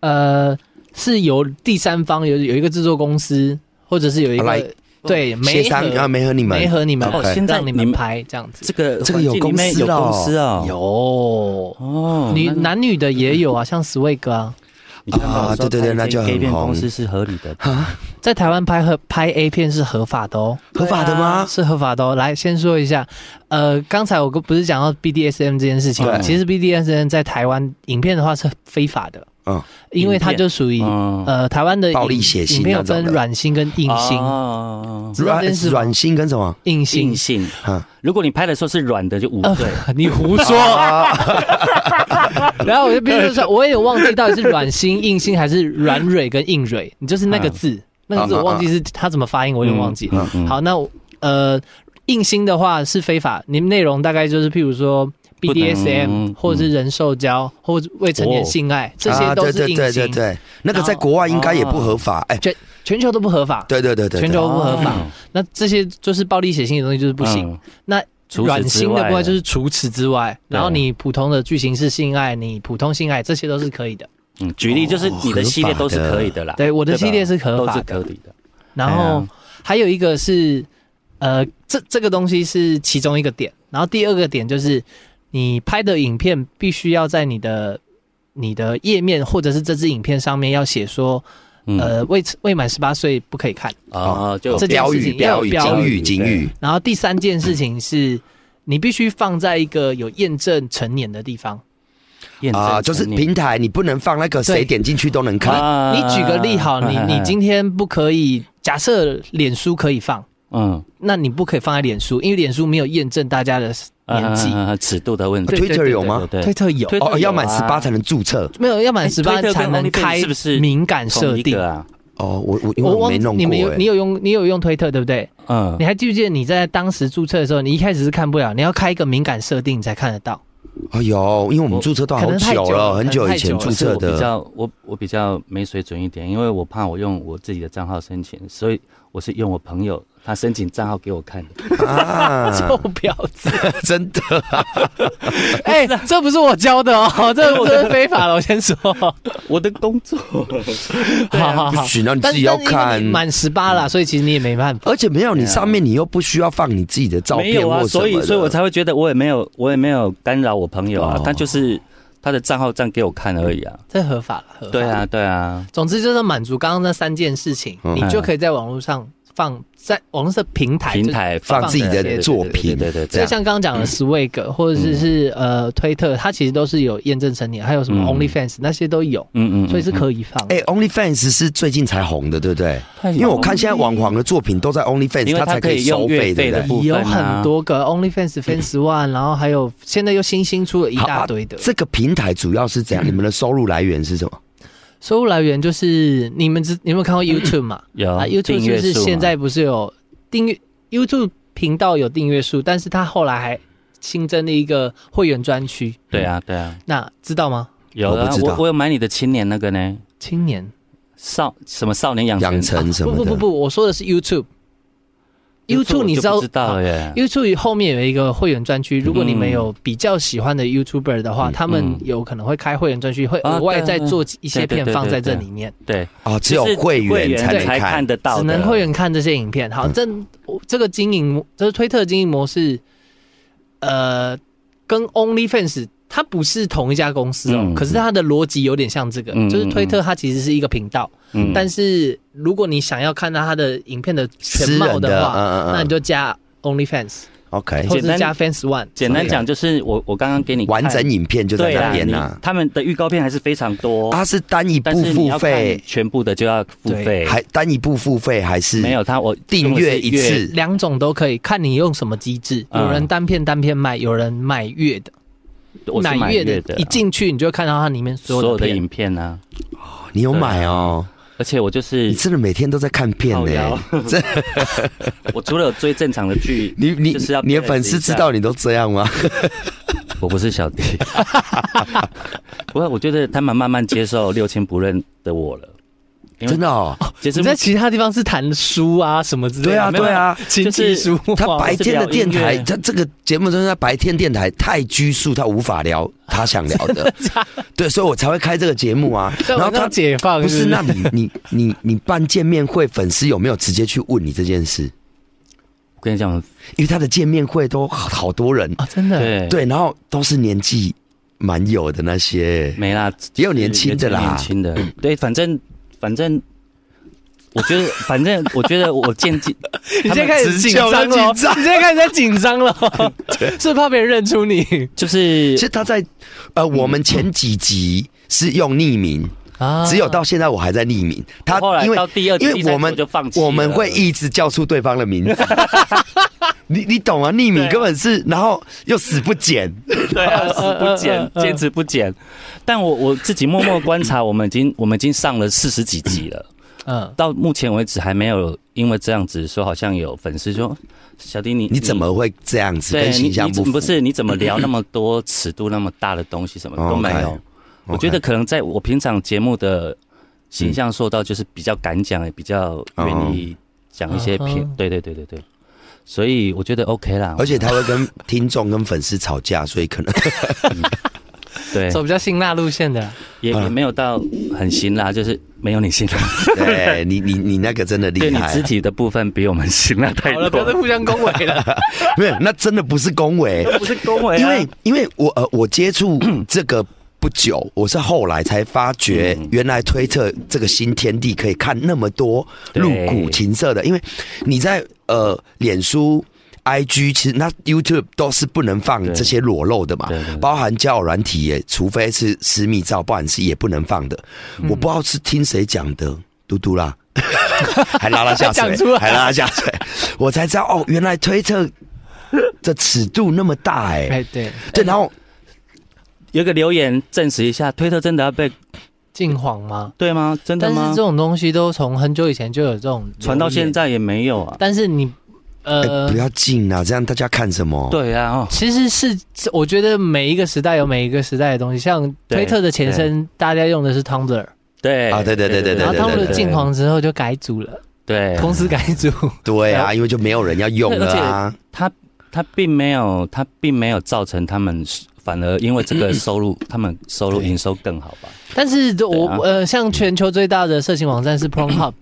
Speaker 4: 呃，是由第三方有有一个制作公司，或者是有一个、
Speaker 3: 啊来
Speaker 4: 对媒
Speaker 3: 协商
Speaker 4: 合
Speaker 3: 啊，没和你们
Speaker 4: 媒合你们，
Speaker 3: OK
Speaker 2: 哦现在
Speaker 4: 让你
Speaker 2: 你
Speaker 4: 们
Speaker 2: 们
Speaker 4: 拍这样子。
Speaker 2: 这个
Speaker 3: 这个有
Speaker 2: 环境里面
Speaker 3: 公司
Speaker 2: 有
Speaker 3: 了
Speaker 2: 公司哦，
Speaker 4: 有
Speaker 2: 哦，
Speaker 4: 女
Speaker 2: 那
Speaker 4: 男女的也有啊，像 Swag 啊，
Speaker 2: 你看到
Speaker 3: 啊
Speaker 2: 我说
Speaker 3: 对对
Speaker 2: 开一
Speaker 3: 对那就
Speaker 2: 间
Speaker 3: 很
Speaker 2: gay 片
Speaker 3: 红
Speaker 2: 公司是合理的，
Speaker 3: 啊
Speaker 4: 在台湾拍合拍 A 片是合法的哦，
Speaker 3: 合法的吗？
Speaker 4: 是合法的哦。来，先说一下，呃，刚才我跟不是讲到 BDSM 这件事情吗，
Speaker 3: 对
Speaker 4: 其实 BDSM 在台湾影片的话是非法的，
Speaker 3: 嗯，
Speaker 4: 因为它就属于
Speaker 2: 嗯，
Speaker 4: 呃台湾的影
Speaker 3: 哦暴力血腥
Speaker 4: 影片有
Speaker 3: 那
Speaker 4: 分
Speaker 3: 种的
Speaker 4: 软性跟硬性，
Speaker 2: 性
Speaker 4: 知道这
Speaker 3: 软
Speaker 4: 件事吗
Speaker 3: 软性跟什么？
Speaker 4: 硬性
Speaker 2: 哦
Speaker 4: 呃
Speaker 2: 硬。性
Speaker 3: 嗯。
Speaker 2: 如果你拍的时候是软的，就无罪。
Speaker 4: 你胡说， 然后我就边说说，我也忘记到底是软心、硬心还是软蕊跟硬蕊，你就是那个字，那个字我忘记是它怎么发音，我有点忘记。
Speaker 2: 嗯嗯
Speaker 4: 好，那我呃，硬心的话是非法，你们内容大概就是譬如说
Speaker 2: 不能
Speaker 4: BDSM
Speaker 2: 嗯
Speaker 4: 或者是人兽交或者未成年性爱，这些
Speaker 3: 啊
Speaker 4: 都
Speaker 3: 对
Speaker 4: 是
Speaker 3: 对
Speaker 4: 硬
Speaker 3: 对对
Speaker 4: 心，
Speaker 3: 对，那个在国外应该也不合法。哎，
Speaker 4: 全球都不合法。
Speaker 3: 对对对对，啊
Speaker 4: 哦全
Speaker 3: 对
Speaker 4: 球都不合法，
Speaker 2: 哦
Speaker 4: 那这些就是暴力血腥的东西，就是不行。
Speaker 2: 嗯
Speaker 4: 那
Speaker 2: 除此
Speaker 4: 软
Speaker 2: 之
Speaker 4: 性的
Speaker 2: 外
Speaker 4: 部分就
Speaker 2: 呢
Speaker 4: 是除此之外，
Speaker 2: 对
Speaker 4: 然后你普通的剧情式性爱，你普通性爱这些都是可以的。
Speaker 2: 嗯，举例就是你的系列都是
Speaker 3: 哦合法的
Speaker 2: 可以的啦。
Speaker 4: 对，我的
Speaker 2: 对吧
Speaker 4: 系列是合
Speaker 2: 都
Speaker 4: 法
Speaker 2: 是
Speaker 4: 的
Speaker 2: 可。以的。
Speaker 4: 然
Speaker 2: 啊
Speaker 4: 后还有一个是，呃，这这个东西是其中一个点。然后第二个点就是，你拍的影片必须要在你的你的页面或者是这支影片上面要写说，
Speaker 2: 嗯
Speaker 4: 呃，未未满十八岁不可以看。
Speaker 2: 啊，就
Speaker 4: 这件
Speaker 3: 标
Speaker 4: 事
Speaker 3: 语
Speaker 4: 情要
Speaker 3: 标语
Speaker 4: 有标
Speaker 3: 警
Speaker 2: 语
Speaker 3: 语警语，
Speaker 4: 然后第三件事情是，你必须放在一个有验证成年的地方。
Speaker 2: 验证
Speaker 3: 啊，就是
Speaker 2: 成年
Speaker 3: 平台你不能放那个
Speaker 4: 对
Speaker 3: 谁点进去都能看。
Speaker 2: 啊
Speaker 4: 你举个例好，你你今天不可以，假设脸书可以放，
Speaker 2: 嗯
Speaker 4: 那你不可以放在脸书，因为脸书没有验证大家的年纪。
Speaker 2: 啊尺度的问题，
Speaker 4: 对对
Speaker 3: Twitter
Speaker 4: 对
Speaker 3: 有吗？
Speaker 2: 对
Speaker 4: 推特有
Speaker 2: 推特有
Speaker 3: 哦，
Speaker 2: 啊
Speaker 3: 要满十八才能注册。
Speaker 4: 没有？要满
Speaker 2: 哎
Speaker 4: 十八
Speaker 2: Twitter 跟
Speaker 4: 才能
Speaker 2: OnlyFans
Speaker 4: 开
Speaker 2: 是不是
Speaker 4: 敏感设
Speaker 2: 同一
Speaker 4: 定
Speaker 2: 个。啊，
Speaker 3: 哦，我我因为我
Speaker 4: 忘
Speaker 3: 没弄过。
Speaker 4: 你们有
Speaker 3: 哎
Speaker 4: 你有用你有用推特对不对？
Speaker 2: 嗯
Speaker 4: 你，还记不记得你在当时注册的时候，你一开始是看不了，你要开一个敏感设定你才看得到。
Speaker 3: 哎呦，因为我们注册都
Speaker 4: 可
Speaker 3: 好
Speaker 4: 能太
Speaker 3: 久
Speaker 4: 久了
Speaker 3: 了，很久以前
Speaker 4: 可
Speaker 3: 注
Speaker 4: 能
Speaker 2: 是
Speaker 3: 册
Speaker 2: 我比
Speaker 3: 的。
Speaker 2: 较我我比较没水准一点，因为我怕我用我自己的账号申请，所以我是用我朋友他申请账号给我看的。
Speaker 3: 啊
Speaker 4: 臭婊子！
Speaker 3: 真的，
Speaker 4: 哎，这不是我教的哦，这这是非法了。我先说，好
Speaker 2: 我的工作，
Speaker 4: 好
Speaker 3: 不
Speaker 4: 好。
Speaker 3: 行啊！你
Speaker 4: 但
Speaker 3: 自己要
Speaker 4: 但是因为
Speaker 3: 看
Speaker 4: 你，满十八啦，所以其实你也没办法。
Speaker 3: 而且没有你
Speaker 2: 对啊
Speaker 3: 上面你又不需要放你自己的照
Speaker 2: 没
Speaker 3: 片
Speaker 2: 有啊，
Speaker 3: 或什么
Speaker 2: 所以
Speaker 3: 的
Speaker 2: 所以我才会觉得我也没有我也没有干扰我朋友啊，
Speaker 3: 哦
Speaker 2: 他就是他的账号这样给我看而已啊。
Speaker 4: 这合法了，合法
Speaker 2: 对啊，对啊，
Speaker 4: 总之就是满足刚刚那三件事情，
Speaker 3: 嗯
Speaker 4: 你就可以在网络上放，在网络的平台
Speaker 2: 平。台嗯
Speaker 3: 放自己
Speaker 2: 对
Speaker 4: 的
Speaker 2: 对对对
Speaker 3: 作品
Speaker 2: 对对对
Speaker 4: 就
Speaker 2: 对，
Speaker 4: 就像刚刚讲的 Swag 或者是是呃推特，它其实都是有验证成年，还有什么
Speaker 2: 嗯
Speaker 4: OnlyFans 那些都有，
Speaker 2: 嗯嗯，
Speaker 4: 所以是
Speaker 2: 以。
Speaker 4: 可以放。
Speaker 3: 哎，OnlyFans 是最近才红的，对不对？
Speaker 2: 太有
Speaker 3: 因为我看现在网黄的作品都在 OnlyFans，
Speaker 2: 哎因为它
Speaker 3: 才可以
Speaker 2: 可以用
Speaker 3: 收
Speaker 2: 月
Speaker 3: 费，
Speaker 2: 费
Speaker 3: 对不
Speaker 2: 的
Speaker 3: 对？
Speaker 2: 部分
Speaker 4: 有
Speaker 2: 啊
Speaker 4: 很多个 OnlyFans、Fans One，然后还有现在又新兴出了一大堆的
Speaker 3: 啊这个平台主要是怎样？你们的收入来源是什么？
Speaker 4: 收入来源，就是你们知你有没有看过 YouTube 嘛？
Speaker 2: 有
Speaker 4: 啊
Speaker 2: 嗯
Speaker 4: ，YouTube
Speaker 2: 订
Speaker 4: 就
Speaker 2: 阅
Speaker 4: 是
Speaker 2: 数嘛
Speaker 4: 现在不是有订阅 YouTube 频道有订阅数，但是它后来还新增了一个会员专区。
Speaker 2: 对，啊对啊，
Speaker 4: 那知道吗？
Speaker 2: 有
Speaker 3: 我不
Speaker 2: 啊
Speaker 3: 知道
Speaker 2: 我我有买你的青年那个呢，
Speaker 4: 青年
Speaker 2: 少什么少年养
Speaker 3: 养
Speaker 2: 成
Speaker 3: 成什
Speaker 4: 不
Speaker 3: 么
Speaker 4: 不
Speaker 3: 的？
Speaker 4: 不不，我说的是 YouTube YouTube 你知道
Speaker 2: 我就不知道哎了耶？
Speaker 4: YouTube 后面有一个会员专区，如果你们有比较喜欢的 YouTuber 的话，
Speaker 2: 嗯
Speaker 4: 他们有可能会开会员专区，会
Speaker 2: 啊
Speaker 4: 额外
Speaker 2: 对
Speaker 4: 再做一些
Speaker 2: 对对
Speaker 4: 片
Speaker 2: 对
Speaker 4: 放在
Speaker 2: 对
Speaker 4: 这
Speaker 2: 对
Speaker 4: 里面，
Speaker 2: 对，
Speaker 3: 啊，只有
Speaker 2: 就是
Speaker 3: 会员才能
Speaker 2: 才
Speaker 3: 看。
Speaker 2: 得到的，嗯
Speaker 4: 只能会员看这些影片。好，这这个经营就是推特经营模式，呃，跟 OnlyFans 它不是同一家公司哦，
Speaker 2: 嗯
Speaker 4: 可是它的逻辑有点像这个，
Speaker 2: 嗯
Speaker 4: 就是推特它其实是一个频道，
Speaker 2: 嗯，
Speaker 4: 但是如果你想要看到它的影片的全
Speaker 3: 私
Speaker 4: 貌
Speaker 3: 人的，
Speaker 4: 话，
Speaker 3: 嗯哎嗯
Speaker 4: 那
Speaker 3: 嗯
Speaker 4: 你就加 OnlyFans。
Speaker 3: ，OK，
Speaker 4: 或
Speaker 2: 简
Speaker 4: 者
Speaker 2: 单
Speaker 4: 加 Fans One，
Speaker 2: 简单讲就是我我刚刚给你看
Speaker 3: 啊完整影片就在
Speaker 2: 对
Speaker 3: 那
Speaker 2: 啦
Speaker 3: 边
Speaker 2: 你
Speaker 3: 呐。
Speaker 2: 他们的预告片还是非常多，
Speaker 3: 它是单一
Speaker 2: 但
Speaker 3: 部
Speaker 2: 是你
Speaker 3: 付
Speaker 2: 要看
Speaker 3: 费，
Speaker 2: 全部的就要付费，
Speaker 3: 还单一部付费还是
Speaker 2: 没有他我
Speaker 3: 订阅一
Speaker 2: 用的是月
Speaker 3: 次？
Speaker 4: 两种都可以，看你用什么机制。
Speaker 2: 嗯
Speaker 4: 有人单片单片卖，有人买月的，
Speaker 2: 我是买
Speaker 4: 月
Speaker 2: 的，
Speaker 4: 一进去你就会看到它里面所
Speaker 2: 所
Speaker 4: 有
Speaker 2: 有的
Speaker 4: 的片。
Speaker 2: 影片呢，
Speaker 3: 你有买哦？
Speaker 2: 而且我就是
Speaker 3: 你真的每天都在看片
Speaker 2: 靠腰
Speaker 3: 呢？ 这
Speaker 2: 我除了有追正常的剧，
Speaker 3: 你你
Speaker 2: 就是要
Speaker 3: 你的粉丝知道你都这样吗？
Speaker 2: 我不是小弟， 不过我觉得他们慢慢接受六亲不认的我了，因为
Speaker 3: 真 的哦，
Speaker 2: 其实
Speaker 4: 你在其他地方是谈书啊什么之类的，
Speaker 3: 对啊
Speaker 4: 没有
Speaker 3: 对啊，
Speaker 4: 琴棋书画。
Speaker 3: 他白天的电台，
Speaker 2: 是聊音乐
Speaker 3: 他这个节目中，他白天电台太拘束，他无法聊他想聊 的，对，所以我才会开这个节目啊。
Speaker 4: 在
Speaker 3: 然后
Speaker 4: 晚
Speaker 3: 他
Speaker 4: 上解放
Speaker 3: 不
Speaker 4: 是
Speaker 3: 是，那你你你你办见面会，粉丝有没有直接去问你这件事？
Speaker 2: 我跟你讲，
Speaker 3: 因为他的见面会都好好 多人，
Speaker 4: 啊，真的
Speaker 2: 对，
Speaker 3: 对，然后都是年纪蛮有的那些，
Speaker 2: 没啦，
Speaker 3: 也有年轻的啦
Speaker 2: 也有年轻的， 对，反正反正。我觉得，反正我觉得我渐 渐，
Speaker 4: 你现在开始紧张
Speaker 3: 他
Speaker 4: 了
Speaker 3: 们
Speaker 4: 哦，
Speaker 3: 只
Speaker 4: 你
Speaker 3: 是叫
Speaker 4: 现在开始在紧张了 哦，是怕别人认出你
Speaker 2: 就是
Speaker 3: 其实他在呃，我们前几集是用匿名，
Speaker 4: 啊
Speaker 3: 只有到现在我还在匿名。他
Speaker 2: 嗯后来
Speaker 3: 因为
Speaker 2: 到第二集
Speaker 3: 因
Speaker 2: 第
Speaker 3: 为
Speaker 2: 三集
Speaker 3: 我们
Speaker 2: 我就放弃了
Speaker 3: 我们会一直叫出对方 的名字。你你懂啊？匿
Speaker 2: 对
Speaker 3: 名
Speaker 2: 啊
Speaker 3: 根本是，然后又死不减。
Speaker 2: 对啊，死不减，坚持不减。但我我自己默默观察，我们已 经我们已经上了四十几集了，
Speaker 4: 嗯，
Speaker 2: 到目前为止还没有因为这样子说，好像有粉丝说小迪你
Speaker 3: 你怎么会这样子？
Speaker 2: 对
Speaker 3: 跟
Speaker 2: 你
Speaker 3: 形象
Speaker 2: 你
Speaker 3: 不
Speaker 2: 怎
Speaker 3: 符。
Speaker 2: 不是你怎么聊那么多尺度那么大的东西，什么
Speaker 3: 哦
Speaker 2: 都没有
Speaker 3: OK，OK。
Speaker 2: 我觉得可能在我平常节目的形象受到就是比较敢讲，也比较愿意讲一些
Speaker 4: 嗯
Speaker 2: 偏，对对对对对。所以我觉得 OK 啦，
Speaker 3: 而且他会跟听众跟粉丝吵架，所以 可能
Speaker 2: 对
Speaker 4: 走比较辛辣路线的，
Speaker 2: 也
Speaker 3: 嗯
Speaker 2: 也没有到很辛辣，就是没有你辛辣。
Speaker 3: 对你你你那个真的
Speaker 2: 对
Speaker 3: 厉
Speaker 2: 你
Speaker 3: 害
Speaker 2: 肢，体的部分比我们辛辣太
Speaker 4: 好了，不要再
Speaker 2: 多，
Speaker 4: 互相恭维了，
Speaker 3: 没有那真的不是恭维，
Speaker 2: 不是恭维啊
Speaker 3: 因为因为我呃我接 触这个不久，我是后来才发觉，
Speaker 2: 嗯
Speaker 3: 原来推特这个新天地可以看那么多
Speaker 2: 对
Speaker 3: 露骨情色的，因为你在呃脸书。I G 其实那 YouTube 都是不能放
Speaker 2: 对
Speaker 3: 这些裸露的嘛
Speaker 2: 对对，对
Speaker 3: 包含交友软体也，除非是私密照，不然是也不能放的。
Speaker 2: 嗯
Speaker 3: 我不知道是听谁讲的，嘟嘟 啦，还拉他下
Speaker 4: 讲
Speaker 3: 水
Speaker 4: 出，来
Speaker 3: 还拉他下水，我才知道哦，原来推特的尺度那么大哎、
Speaker 4: 哎，对，
Speaker 3: 对，然后
Speaker 2: 有个留言证实一下，推特真的要被
Speaker 4: 近黄吗？
Speaker 2: 对吗？真的
Speaker 4: 但是
Speaker 2: 吗
Speaker 4: 这？种东西都从很久以前就有这种
Speaker 2: 传到现
Speaker 4: 在，
Speaker 2: 在也没有啊。
Speaker 4: 但是你
Speaker 3: 哎、
Speaker 4: 呃，
Speaker 3: 不要进啊，这样大家看什么？，
Speaker 2: 对啊，哦，
Speaker 4: 其实是我觉得每一个时代有每一个时代的东西，像
Speaker 2: 对
Speaker 4: 推特的前身，大家用的是 Tumblr，
Speaker 2: 对
Speaker 3: 啊对对对对对
Speaker 4: 然后
Speaker 3: 对对
Speaker 4: Tumblr
Speaker 3: 对
Speaker 4: 进黄之后就改组了，
Speaker 2: 对
Speaker 4: 公司改组，
Speaker 3: 对啊，因为就没有人要用了啊。
Speaker 2: 他他并没有他并没有造成他们，反而因为这个收入，他们收入营收更好吧？
Speaker 4: 但是这我
Speaker 2: 对啊
Speaker 4: 呃，像全球最大的色情网站 是 Pornhub，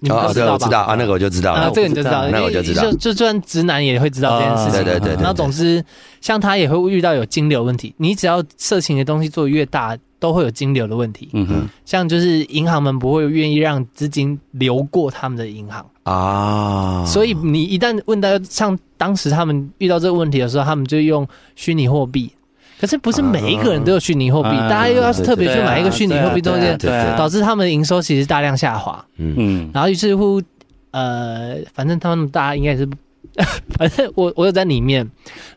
Speaker 4: 你们
Speaker 3: 哦
Speaker 4: 都
Speaker 3: 对，
Speaker 4: 道
Speaker 3: 我
Speaker 4: 吧？
Speaker 3: 知道啊，那个我就知道
Speaker 4: 啊，
Speaker 3: 了。
Speaker 4: 这个你就知道，
Speaker 3: 那我
Speaker 4: 因
Speaker 3: 就
Speaker 4: 为
Speaker 3: 知道
Speaker 4: 就就算直男也会知道这件事情。
Speaker 3: 啊对对对对
Speaker 4: 然后总之，像他也会遇到有金流问题。你只要色情的东西做越大，都会有金流的问题。
Speaker 2: 嗯哼，
Speaker 4: 像就是银行们不会愿意让资金流过他们的银行，
Speaker 3: 啊，
Speaker 4: 所以你一旦问到像当时他们遇到这个问题的时候，他们就用虚拟货币。可是不是每一个人都有虚拟货币，
Speaker 2: 啊
Speaker 4: 大家又要特别去
Speaker 2: 对啊
Speaker 4: 买一个虚拟货币
Speaker 2: 对啊对啊
Speaker 4: 中间，
Speaker 2: 对啊
Speaker 4: 导致他们的营收其实大量下滑。
Speaker 3: 嗯，
Speaker 2: 嗯，
Speaker 4: 然后于是乎，呃，反正他们大家应该也是， 反正我我有在里面，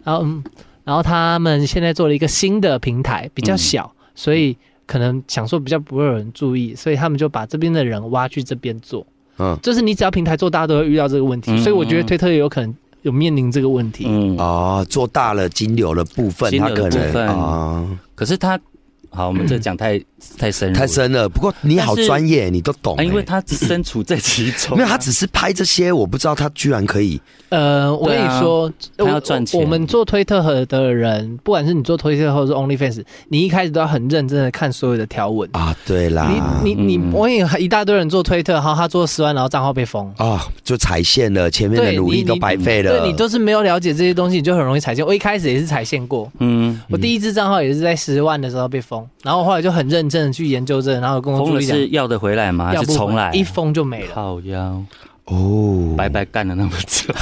Speaker 4: 然后嗯，然后他们现在做了一个新的平台，比较
Speaker 2: 嗯
Speaker 4: 小，所以可能想说比较不会有人注意，所以他们就把这边的人挖去这边做，
Speaker 3: 嗯
Speaker 4: 就是你只要平台做，大家都会遇到这个问题，
Speaker 2: 嗯
Speaker 4: 所以我觉得推特有可能有面临这个问题，
Speaker 2: 嗯
Speaker 3: 哦，做大了金流的部分，
Speaker 2: 金
Speaker 3: 他
Speaker 2: 流的
Speaker 3: 可
Speaker 2: 部分
Speaker 3: 能啊，
Speaker 2: 可是他，好，我们这讲太太深入了
Speaker 3: 太深了。不过你好
Speaker 2: 但是
Speaker 3: 专业，你都懂、
Speaker 2: 啊，因为
Speaker 3: 欸
Speaker 2: 他身处在其中
Speaker 3: 没有，他只是拍这些，我不知道他居然可以。
Speaker 4: 呃，我跟
Speaker 2: 对啊
Speaker 4: 你说，
Speaker 2: 他
Speaker 4: 我
Speaker 2: 要赚钱
Speaker 4: 我们做推特和的人，不管是你做推特或者是 OnlyFans，你一开始都要很认真的看所有的条文。
Speaker 3: 啊，对啦，
Speaker 4: 你你
Speaker 2: 嗯
Speaker 4: 你，我也一大堆人做推特，然后他做十万，然后账号被封。
Speaker 3: 啊，就踩线了，前面的
Speaker 4: 对
Speaker 3: 努
Speaker 4: 你
Speaker 3: 力都
Speaker 4: 你
Speaker 3: 白费了。
Speaker 4: 对你都是没有了解这些东西，你就很容易踩线。我一开始也是踩线过，
Speaker 2: 嗯，
Speaker 4: 我第一支账号也是在十万的时候被封，然后我后来就很认真的去研究这个，然后跟我
Speaker 2: 疯
Speaker 4: 助
Speaker 2: 了
Speaker 4: 理
Speaker 2: 哦
Speaker 4: 讲，
Speaker 2: 是要得回来吗？还
Speaker 4: 要
Speaker 2: 是
Speaker 4: 不
Speaker 2: 重来？
Speaker 4: 一封就没了。
Speaker 2: 靠腰，
Speaker 3: 哦，
Speaker 2: 白白干了那么久，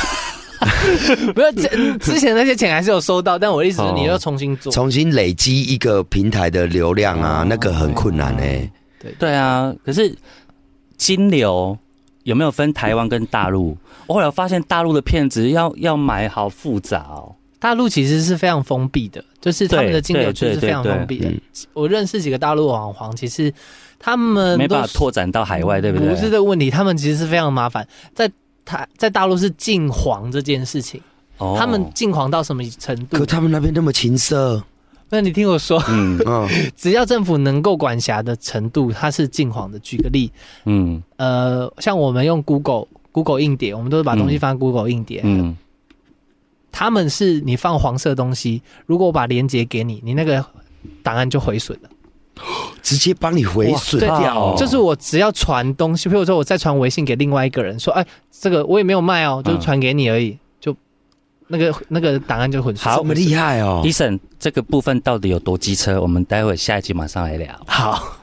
Speaker 4: 不是，之之前那些钱还是有收到，但我的意思是
Speaker 2: 哦
Speaker 4: 你要重新做。哦
Speaker 3: 重新累积一个平台的流量啊，那个很困难哎、
Speaker 2: 哦对啊，可是金流有没有分台湾跟大陆？我后来发现大陆的片子要要买好复杂哦。
Speaker 4: 大陆其实是非常封闭的，就是他们的金流圈是非常封闭的
Speaker 2: 嗯
Speaker 3: 对对对。
Speaker 4: 我认识几个大陆网红，其实他们
Speaker 2: 没
Speaker 4: 都
Speaker 2: 办法拓展到海外，对不对？
Speaker 4: 嗯不是这个问题，他们其实是非常麻烦，在台在大陆是禁黄这件事情，
Speaker 2: 哦
Speaker 4: 他们禁黄到什么程
Speaker 3: 可
Speaker 4: 度？
Speaker 3: 他们那边那么情色，
Speaker 4: 那你听我说，
Speaker 2: 嗯
Speaker 3: 嗯，
Speaker 4: 只要政府能够管辖的程度，它是禁黄的。举个例，
Speaker 2: 嗯
Speaker 4: 呃，像我们用 Google Google 硬碟，我们都是把东西
Speaker 2: 嗯
Speaker 4: 放在 Google 硬碟，
Speaker 2: 嗯，
Speaker 4: 他们是你放黄色东西，如果我把链接给你，你那个档案就毁损了。
Speaker 3: 直接帮你毁损
Speaker 4: 对
Speaker 3: 掉、
Speaker 2: 哦
Speaker 4: 就是我只要传东西，譬如说我再传微信给另外一个人说，哎，这个我也没有卖哦，就是传给你而已，就那个那个档案就很
Speaker 3: 这么厉害哦
Speaker 2: 医。生，这个部分到底有多机车？我们待会下一集马上来聊。
Speaker 4: 好。